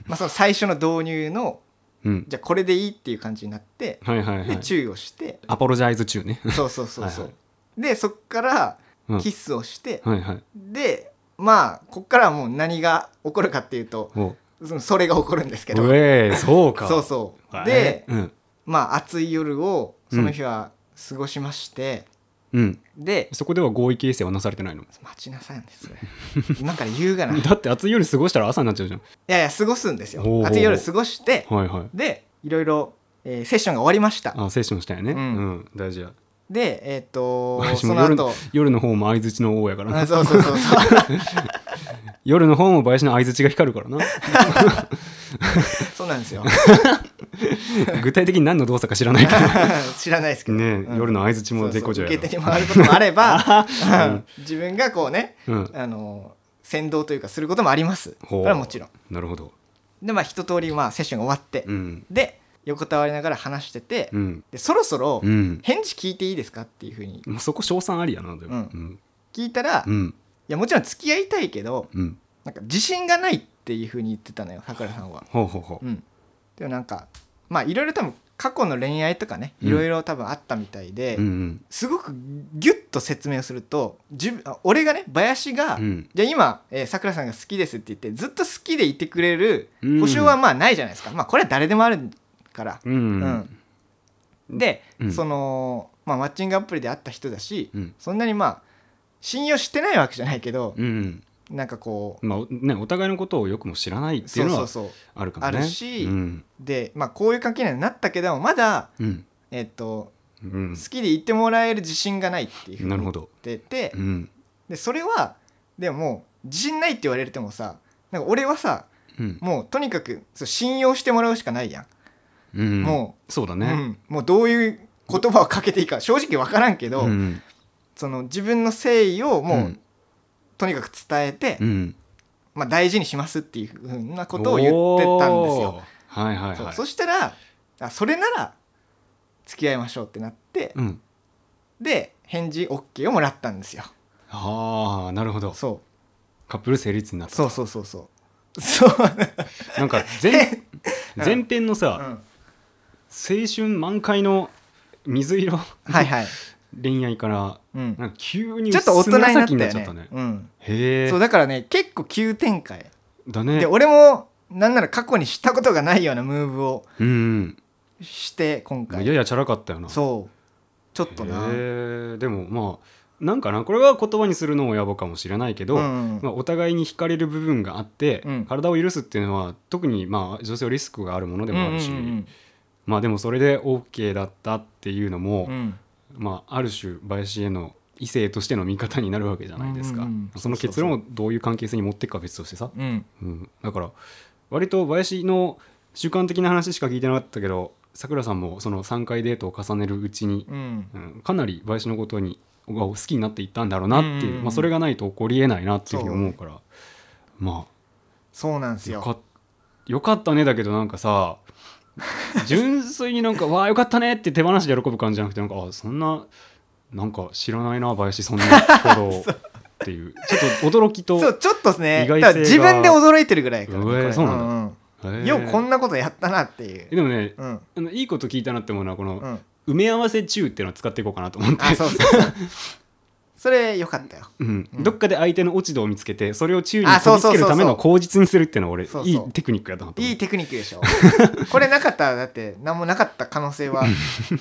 S3: まあ、その最初の導入の
S1: うん
S3: じゃあこれでいいっていう感じになって
S1: はいはいは
S3: で
S1: い
S3: 注意をして
S1: アポロジャイズ中 (laughs) ね
S3: そうそうそうそう
S1: はい
S3: でそっから
S1: うん
S3: キスをして、
S1: はいはい
S3: でまあこっからはもう何が起こるかっていうと
S1: おう
S3: そのそれが起こるんですけど
S1: えーそうか
S3: そうそう
S1: へ
S3: で
S1: ーうん
S3: まあ暑い夜をその日は過ごしまして、
S1: うん
S3: で
S1: そこでは合意形成はなされてないの
S3: 待ちなさいんですそれ今から言うがない
S1: だって暑い夜過ごしたら朝になっちゃうじゃん
S3: やいや過ごすんですよ
S1: おうおう
S3: 暑い夜過ごして
S1: はいはい
S3: でいろいろ、えーセッションが終わりました
S1: あセッションしたよねう
S3: うん
S1: ん大事や
S3: でえっ、と
S1: 私
S3: そ
S1: も
S3: の
S1: 夜
S3: 後
S1: の夜の方も相槌の王やから
S3: あ
S1: な
S3: そうそうそうそう (laughs)
S1: 夜の方も林の相槌が光るからな (laughs)
S3: そうなんですよ
S1: 具体的に何の動作か知らないけ
S3: 知らないですけ
S1: ど
S3: ど、
S1: ね
S3: うん
S1: 夜の相槌も絶好調
S3: 受
S1: や
S3: け
S1: ろ
S3: 手に回ることもあれば、
S1: (laughs)
S3: 自分がこうね、
S1: うん
S3: あの先導というかすることもあります
S1: ほう
S3: これはもちろん
S1: なるほど
S3: でまあ一通りまあセッションが終わって、
S1: うん
S3: で横たわりながら話してて、
S1: うん
S3: でそろそろ
S1: うん
S3: 返事聞いていいですかっていうふうに
S1: もうそこ賞賛ありやなでも
S3: う
S1: うん
S3: 聞いたら、
S1: う
S3: い
S1: ん
S3: やもちろん付き合いたいけど
S1: うん
S3: なんか自信がないっていうふうに言ってたのよさくらさんは。
S1: ほうほうほ
S3: うん、でもなんかまあいろいろ多分過去の恋愛とかね
S1: うん
S3: いろいろ多分あったみたいで、
S1: ううん
S3: すごくギュッと説明をすると自分あ俺がね林が、
S1: うん
S3: じゃあ今、えー、さくらさんが好きですって言ってずっと好きでいてくれる
S1: うん
S3: 保証はまあないじゃないですか、まあこれは誰でもあるから、
S1: うんうん
S3: うんで、
S1: うん
S3: その、まあ、マッチングアプリで会った人だし、
S1: うん
S3: そんなにまあ信用してないわけじゃないけど、
S1: うんうん
S3: なんかこう
S1: まあねお互いのことをよくも知らないってい
S3: そうう
S1: の
S3: そう
S1: は
S3: そう
S1: あるかもね
S3: あるし
S1: うん
S3: で、まあ、こういう関係にはなったけどもまだ、
S1: うん
S3: えっと
S1: うん
S3: 好きでいてもらえる自信がないっていうふうに
S1: なるほ
S3: 言っ
S1: ど
S3: てて、
S1: うん
S3: でそれはでも自信ないって言われてもさなんか俺はさ
S1: うん
S3: もうとにかくそう信用してもらうしかないやん、
S1: うん
S3: も
S1: そうだ
S3: う、う
S1: ね
S3: ん、もうどういう言葉をかけていいか正 (laughs) 直分からんけど、
S1: ん
S3: その自分の誠意をもう、
S1: うん
S3: とにかく伝えて、
S1: うん
S3: まあ、大事にしますっていうふうなことを言ってたんですよ。
S1: おーはいはい
S3: そう
S1: はい
S3: そしたらあそれなら付き合いましょうってなって、
S1: うん
S3: で返事 OK をもらったんですよ。
S1: ああなるほど
S3: そ
S1: カップル成立にな
S3: う
S1: っ
S3: そうそうそうそう。そう、
S1: たなんか
S3: (laughs)
S1: 前前編の
S3: う
S1: さ
S3: ん、
S1: 青春満開の水色
S3: はいはい。
S1: 恋愛から
S3: うん、
S1: なんか急に
S3: ちょっと大人になった
S1: 薄紫
S3: よ
S1: に
S3: ね
S1: っちゃったね
S3: うん、
S1: へ
S3: そう
S1: え
S3: だからね結構急展開
S1: だね
S3: で俺もなんなら過去にしたことがないようなムーブを
S1: うんうん
S3: して今
S1: もう
S3: 回
S1: ややチャラかったよな
S3: そうちょっと
S1: へ
S3: な、
S1: ーでもまあなんかなこれは言葉にするのも野暮かもしれないけど、
S3: うん
S1: まあ、お互いに惹かれる部分があって、
S3: うん
S1: 体を許すっていうのは特にまあ女性はリスクがあるものでもあるし、
S3: うんうん
S1: まあでもそれで OK だったっていうのも、
S3: うんうん
S1: まあ、ある種林への異性としての見方になるわけじゃないですか、
S3: うんうんうん
S1: その結論をどういう関係性に持っていくかは別としてさ、
S3: うんうん
S1: うん、だから割と林の習慣的な話しか聞いてなかったけどさくらさんもその3回デートを重ねるうちに、
S3: うん
S1: うん、かなり林のことにが好きになっていったんだろうなっていう、
S3: うんうんうん
S1: まあ、それがないと起こりえないなっていうふうに思うからま
S3: そうなん
S1: あ
S3: です
S1: よ
S3: よ
S1: かよかったねだけどなんか
S3: (laughs)
S1: さ純粋になんか「わあよかったね」って手放しで喜ぶ感じじゃなくてなんかあそんななんか知らないな林そんなことをって
S3: (laughs)
S1: いうちょっと驚きと
S3: そうちょっとね
S1: 意外性が
S3: だから自分で驚いてるぐらいやから、ね
S1: うえ
S3: これ
S1: そうなんだ
S3: う
S1: へ
S3: ん
S1: え
S3: ようこんなことやったなっていう
S1: え、でもね、
S3: うん
S1: あのいいこと聞いたなって思うのはこの
S3: う
S1: 「埋
S3: ん、
S1: め合わせ中」っていうのを使っていこうかなと思って
S3: あそうそうそう (laughs) それよかったよ
S1: うん
S3: うん
S1: どっかで相手の落ち度を見つけてそれを宙に
S3: あ
S1: 飛
S3: そう
S1: びつ
S3: そう
S1: け
S3: そうそ
S1: る
S3: う
S1: ための口実にするっていうのは俺
S3: そうそう
S1: いいテクニックやったなと思
S3: いい
S1: って
S3: テクニックで
S1: (laughs)
S3: しょこれなかったらだって何もなかった可能
S1: (laughs)
S3: 性は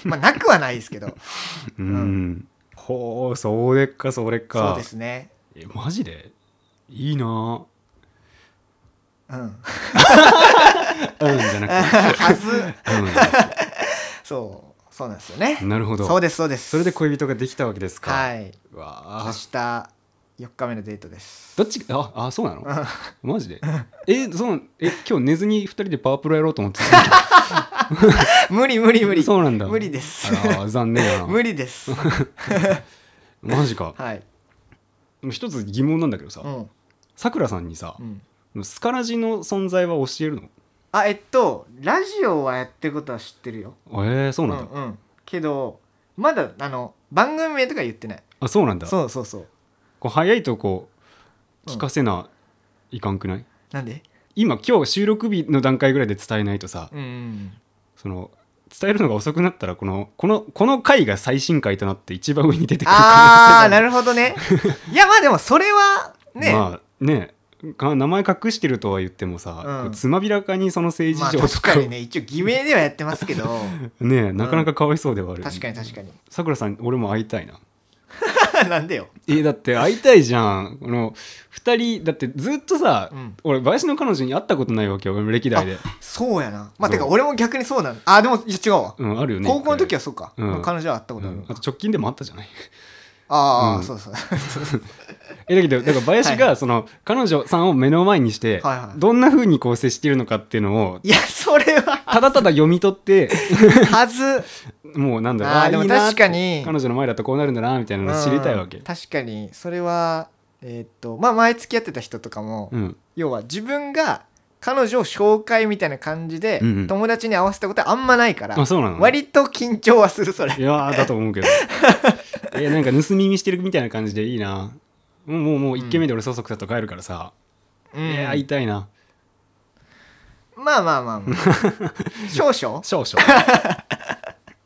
S3: まあなくはないですけど
S1: う
S3: うん
S1: んほうそれかそれか
S3: そうですね
S1: えマジでいいな
S3: うん
S1: (laughs) ぁうんじゃなく
S3: はず
S1: て、うんじゃなく
S3: そうそうなんですよね
S1: て、なるほど
S3: そうですそうです
S1: それで恋人ができたわけですか
S3: はい明
S1: わあ
S3: 日4日目のデートです (laughs)
S1: どっちああそうなのマジでえそのえ今日寝ずに2人でパワープロやろうと思ってた
S3: 無 (laughs) 理無理無
S1: (laughs)
S3: 理
S1: そうなんだ
S3: 無理です
S1: あら残念やな
S3: (laughs) 無理ですは
S1: マジか
S3: い
S1: でも一つ疑問なんだけどさ
S3: うん
S1: さくらさんにさ
S3: うん
S1: スカラジの存在は教えるの
S3: あえっとラジオはやってることは知ってるよ
S1: えー、そううんなんだ、
S3: うんけどまだあの番組名とか言ってない
S1: あそうなんだ
S3: そうそうそう
S1: こう早いとこう
S3: うん
S1: 聞かせないかんくない、
S3: なんで
S1: 今今日収録日の段階ぐらいで伝えないとさ
S3: うん
S1: その伝えるのが遅くなったらこのこのこの回が最新回となって一番上に出てくる
S3: あ
S1: (laughs)
S3: あな
S1: る
S3: るほどねいやまあでもそれはね、
S1: まあねか名前隠してるとは言ってもさ、
S3: うん
S1: こうつまびらかにその政
S3: まあ
S1: 治上と
S3: 確
S1: か,、
S3: かにね一応偽名ではやってます
S1: (laughs)
S3: けど
S1: ねなかなかかわいそうではある、
S3: 確かに確かに (laughs)
S1: さくらさん俺も会いたいな
S3: なんでよ
S1: えだって会いたいじゃんこの2人だってずっとさ、
S3: うん
S1: 俺林の彼女に会ったことないわけよ俺歴代で
S3: そうやなまあてか
S1: そう
S3: 俺も逆にそうなんあでもいや違うわ、
S1: うんあるよね
S3: 高校の時
S1: は、
S3: はそうか、
S1: うん
S3: 彼女は会ったこ
S1: う
S3: とある
S1: ん
S3: の、か、
S1: あと直近でもあったじゃない
S3: ああ、
S1: うん
S3: そうそう (laughs)
S1: えだけどだから林
S3: はいは
S1: がその彼女さんを目の前にして
S3: はいはい
S1: どんなふうにこう接しているのかっていうのを
S3: いやそれは
S1: ただただ読み取って
S3: はず
S1: もうなんだろう
S3: あー
S1: ー
S3: でも
S1: いいな
S3: 確かに
S1: 彼女の前だとこうなるんだなみたいなのを知りたいわけ
S3: うん確かにそれはえーっとまあ前付き合ってた人とかも、
S1: うん、
S3: 要は自分が彼女を紹介みたいな感じで、
S1: うんうん
S3: 友達に合わせたことはあんまないから、
S1: あそうなの
S3: 割と緊張はするそれ
S1: いやーだと思う
S3: (laughs)
S1: けどえなんか盗み見してるみたいな感じでいいなもうもうもう1軒目で俺そそくさと帰るからさ、
S3: うん
S1: えー会いたいな
S3: まあまあま
S1: (laughs)
S3: あ、まあ、少々
S1: 少々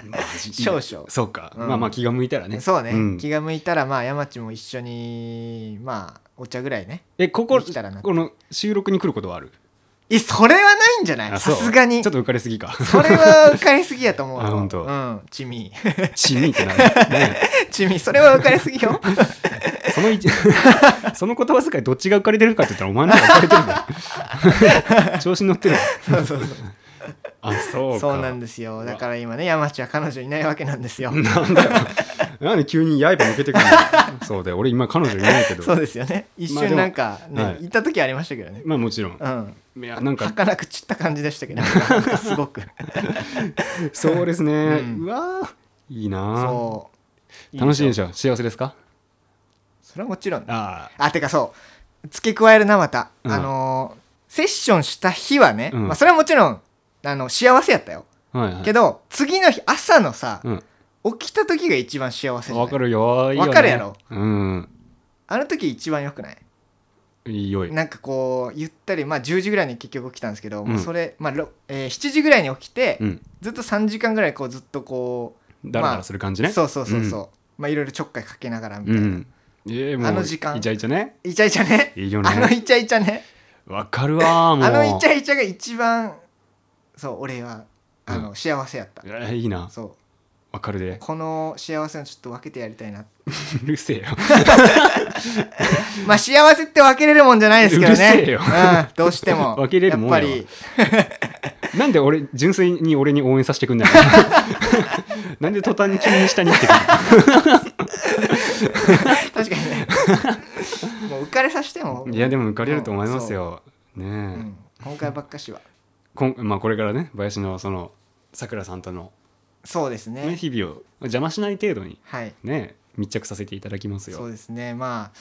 S1: マジ
S3: 少々
S1: そうか、
S3: うん
S1: まあまあ気が向いたらね
S3: そうね、
S1: ん
S3: 気が向いたらまあ山地も一緒にまあお茶ぐらいね
S1: えここ
S3: できたらな
S1: この収録に来ることはある
S3: いそれはないんじゃない
S1: あ
S3: さ
S1: そう
S3: すがに
S1: ちょっと浮かれすぎ
S3: (laughs)
S1: か
S3: それは浮かれすぎやと思
S1: (laughs)
S3: う
S1: あほんと
S3: うん地 (laughs) 味
S1: 地味ってなる、ね、
S3: 地味それは浮かれす
S1: (laughs)
S3: ぎよ
S1: そ
S3: (laughs)
S1: の一その言葉遣いどっちが浮かれてるかって言ったらお前の方が浮かれてるん
S3: (laughs)
S1: だよ調子に乗ってるわ
S3: そうそうそう
S1: あそうか
S3: そうなんですよだから今ね山地は彼女いないわけなんですよ
S1: なんだよ。なんで急に刃向けてくる
S3: (laughs)
S1: のそうで、俺今彼女いないけど。
S3: そうですよね一
S1: まあで
S3: 瞬
S1: も
S3: なんかね、
S1: はい
S3: い、た時ありましたけどね
S1: まあもちろん。
S3: うん
S1: いや、なんか、
S3: 儚く散った感じでしたけどなんかすご
S1: (laughs)
S3: く
S1: そうですね。
S3: うん
S1: うわーいいな
S3: そう
S1: ぁ楽しいでし
S3: ょ
S1: ょ。幸せですか
S3: それはもちろん
S1: あ
S3: あてかそう付け加えるなまた、
S1: うん
S3: あのーセッションした日はね、
S1: うん
S3: まあ、それはもちろんあの幸せやったよ、
S1: あ。はいはい。
S3: けど次の日朝のさ、
S1: うん。
S3: 起きた時が一番幸せじゃ
S1: わ
S3: な
S1: か
S3: い
S1: るよ。いいよね
S3: わかるやろ。
S1: うん。
S3: あの時一番良くない
S1: いいよい。
S3: なんかこうゆったりまあ10時ぐらいに結局起きたんですけど、もううんそれ、まあろえー7時ぐらいに起きて、
S1: うん。
S3: ずっと3時間ぐらいこうずっとこ
S1: だらだらする感じ
S3: う、
S1: ね。
S3: そうそうそうそう、まあいろいろちょっかいかけながらみた
S1: う
S3: い
S1: ん。
S3: な、
S1: うん。えーもう
S3: あの時間
S1: イチャイチャね。
S3: イチャイチャね
S1: いいよ
S3: あの
S1: ね。
S3: イチャイチャね
S1: わかるわーもう。
S3: あのイチャイチャが一番そう俺はあの、
S1: う
S3: 幸せやった
S1: えーいいな。
S3: そう
S1: わかるで。 (laughs)
S3: この幸せをちょっと分けてやりたいな
S1: うるせえよ。
S3: まあ幸せって分けれるもんじゃないですけどね
S1: うるせえよ
S3: うん、どうして
S1: (laughs)
S3: も
S1: 分けれるもんやわ
S3: やっぱり
S1: なんで俺純粋に俺に応援させてくん
S3: (laughs)
S1: ないのなんで途端に急に下に行ってくる
S3: 確か
S1: (laughs)
S3: にねもう浮かれさせても (laughs)
S1: のいやでも浮かれると思いますよ、
S3: う
S1: ねえ
S3: ん、今回ばっかしは
S1: こんまあ、これからね林のそのさくらさんとの、
S3: そうですね
S1: ね、日々を邪魔しない程度に
S3: はい
S1: ね密着させていただきます
S3: そう
S1: よ
S3: ですねまあ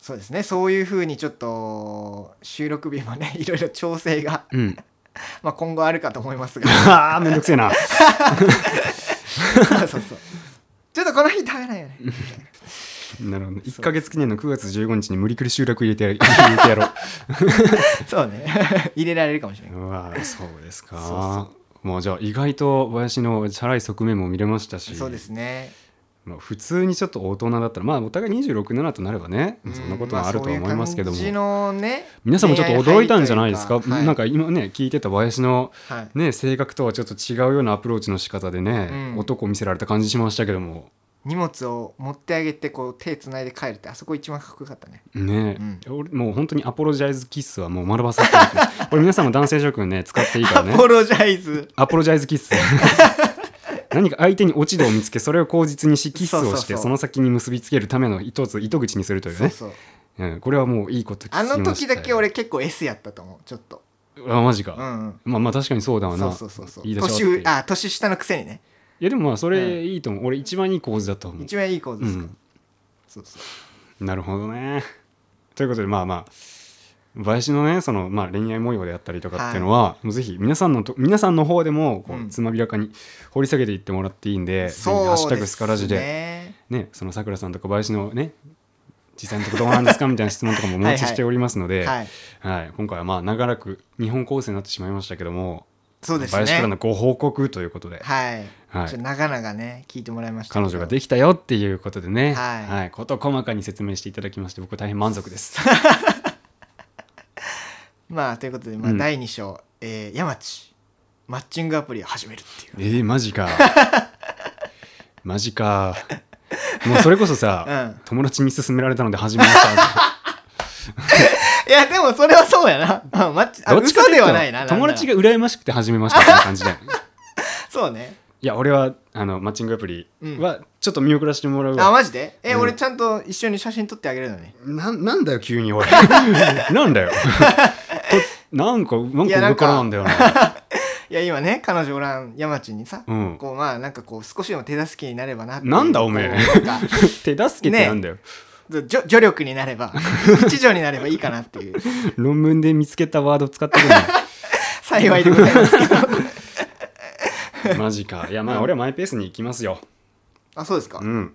S3: そうですねそういうふうにちょっと収録日もね (laughs) いろいろ調整が、
S1: うん (laughs)
S3: まあ、今後あるかと思いますが (laughs)
S1: あーめんどくせえな
S3: そうそうそう。ちょっとこの日食
S1: (laughs)
S3: べないよね。
S1: なるほど1か月記念の9月15日に無理くり集落入れてやる入れてやろ
S3: そうね。 (laughs) 入れられるかもしれな
S1: (laughs)
S3: い。
S1: ううわーそうですか
S3: そ
S1: もうじゃあ意外と林のチャラい側面も見れましたし
S3: そうですね。
S1: まあ、普通にちょっと大人だったらまあお互い2627となればね、
S3: うん
S1: そんなこともあるとは思いますけども、
S3: まあそういう感じのね
S1: 皆さんもちょっと驚いたんじゃないですか、
S3: 恋愛
S1: なん
S3: 入りという
S1: か今ね聞いてた林の、
S3: はいはい
S1: ね、性格とはちょっと違うようなアプローチの仕方でね、
S3: うん
S1: 男を見せられた感じしましたけども
S3: 荷物を持ってあげてこう手つないで帰るってあそこ一番かっこよかったね
S1: ね、俺もう本当にアポロジャイズキッスはもう丸バサって言ってますこれ皆さんも男性諸君ね使っていいから
S3: ア
S1: (laughs) ね
S3: ポロジャイズ
S1: アポロジャイズキッ
S3: (laughs)
S1: ス何か相手に落ち度を見つけそれを口実にしキスをして
S3: そ
S1: そう
S3: そうそう
S1: の先に結びつけるための一つ糸口にするというね
S3: そうそう
S1: うん、これはもういいこと聞きま
S3: あ
S1: したよ
S3: の時だけ俺結構 S やったと思うちょっと
S1: あマジか、
S3: うん
S1: まあまあ確かにそうだ
S3: う
S1: わ
S3: んそ
S1: な
S3: うそうそうそう
S1: いいでし
S3: 年
S1: ょうっていう
S3: 上あ年下のくせにね
S1: いやでもまあそ
S3: うん
S1: れいいと思う、俺一番いい構図だと思う
S3: 一番いい構図ですか
S1: うん
S3: そうそう
S1: なるほどねということでまあまあ林のねその、まあ、恋愛模様であったりとかっていうのは、もうぜひ皆さんのと皆さんの方でもこ
S3: うん
S1: うつまびらかに掘り下げていってもらっていいんで「ぜひハッシュタグスカラジで」
S3: ね
S1: ね、そのさくらさんとか林のね実際のとこどうなんですかみたいな質問とかもお持ちしておりますので
S3: はい
S1: はい今回はまあ長らく日本構成になってしまいましたけども、
S3: そうです
S1: 林から
S3: ね
S1: のご報告ということで、
S3: はい
S1: はい
S3: ちょっと長々ね聞いてもらいましたけ
S1: 彼
S3: ど
S1: 女ができたよっていうことでね、
S3: はい
S1: こと細かに説明していただきまして僕大変満足です。
S3: まあということでまあ
S1: うん
S3: 第2章えー山地マッチングアプリを始める (laughs) っていう
S1: えー、マジか (laughs) マジかもうそれこそさ、
S3: うん
S1: 友達に勧められたので始めました
S3: いやでもそれはそうやな。うんマッチ (laughs) あ
S1: どっちかと
S3: 嘘
S1: いう
S3: で
S1: と
S3: はないな。
S1: 友達
S3: が
S1: が羨ましくて始めましたみたいな感じで。
S3: そうね。
S1: いや俺はあのマッチングアプリ
S3: うん
S1: はちょっと見送らせてもらう
S3: あ
S1: わ、
S3: マジでえ、
S1: うん
S3: 俺ちゃんと一緒に写真撮ってあげるのに。
S1: ななんだよ急に俺 (laughs) なんだよとなんかなん
S3: い
S1: か
S3: やなん
S1: 上
S3: か
S1: からなんだよな
S3: いや今ね彼女おらん山地にさ、
S1: うん
S3: こうまあなんかこう少しでも手助けになればなっていう
S1: なんだおめえ
S3: こうなんか
S1: 手助けってなんだよ、
S3: じょ助力にな
S1: (laughs)
S3: れば一助になればいいかなっていう
S1: 論文で見つけたワード使ってくるの
S3: 幸いでございますけど
S1: マジかいやまあ俺はマイペースに行きますよ
S3: あそうですか、
S1: うん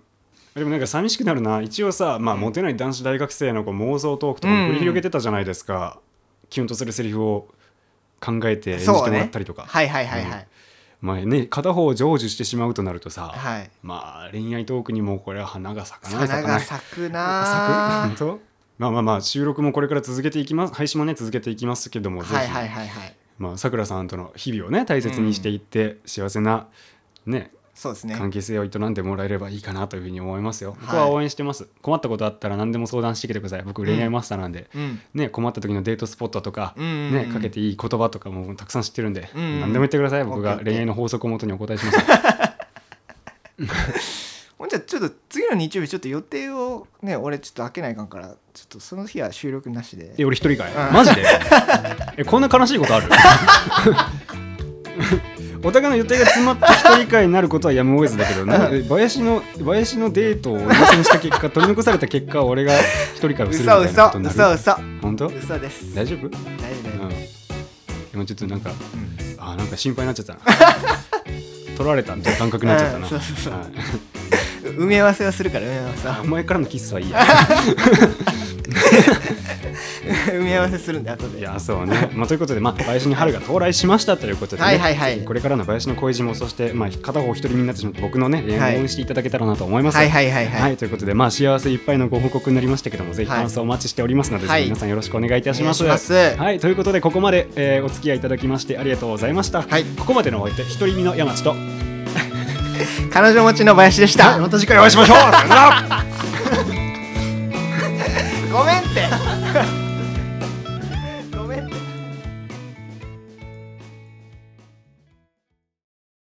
S1: でもなんか寂しくなるな一応さ、まあ、モテない男子大学生のこう妄想トークとかも繰り広げてたじゃないですか、キュンとするセリフを考えて演じてもらったりとか、
S3: はいはいはいはい、
S1: まあね、片方を成就してしまうとなるとさ、
S3: はい
S1: まあ恋愛トークにもこれは花が咲かない
S3: 花が咲くな
S1: 咲く本当まあまあまあ収録もこれから続けていきます配信もね続けていきますけども、
S3: はいはい
S1: ぜ
S3: はいはい
S1: ひまあさくらさんとの日々をね大切にしていって、幸せなね
S3: そうですね
S1: 関係性を営んでもらえればいいかなというふうに思いますよ。
S3: い
S1: 僕は応援してます。困ったことあったら何でも相談してきてください。僕恋愛マスターなんで、
S3: うん
S1: ね困った時のデートスポットとか、
S3: うんうんうん
S1: ねかけていい言葉とかもたくさん知ってるんで、
S3: うんうん
S1: 何でも言ってください。僕
S3: オッケーオッ
S1: が
S3: ケー
S1: 恋愛の法則をもとにお答えします。
S3: ほんじゃちょっと次の日曜日ちょっと予定をね俺ちょっと開けないかんからちょっとその日は収録なしで
S1: え俺一人かい、マジでえこんな悲しいことある (laughs) お互いの予定が詰まって一人会になることはやむを得ずだけどなえ林の林のデートを優先した結果取り残された結果俺が一人会をするみ
S3: 嘘
S1: たいなこ
S3: 嘘
S1: とになる
S3: 嘘嘘
S1: 本当
S3: 嘘です
S1: 大丈夫うん
S3: 大丈夫大丈夫、
S1: 今ちょっとなんか
S3: うん
S1: あなんか心配になっちゃった
S3: (laughs)
S1: な取られたみたいな感覚になっちゃったな、
S3: うんそうそうそう
S1: はい
S3: 埋め合わせはするから埋め合わせ
S1: あ
S3: は
S1: お前からのキスはいいや
S3: (laughs) 埋め合わせするんで後で
S1: いやそうね、 (laughs) まあ、ということで、まあ、林に春が到来しましたということで、ね
S3: はいはいはい
S1: これからの林の恋路もそして、まあ、片方一人身になってしまった僕のね恋愛を応援していただけたらなと思います。
S3: はいはいはい
S1: は
S3: はいい、
S1: ということで、まあ、幸せいっぱいのご報告になりましたけどもぜひ
S3: はい
S1: 感想をお待ちしておりますので、
S3: はい
S1: ぜひ皆さんよろしくお願いいたします。
S3: お願いします
S1: はい、ということでここまで、えーお付き合いいただきましてありがとうございました。
S3: はい
S1: ここまでのお相手一人身の山地と、
S3: 彼女持ちの林でした、
S1: また次回お会いしましょうさよなら
S3: (laughs) ごめんって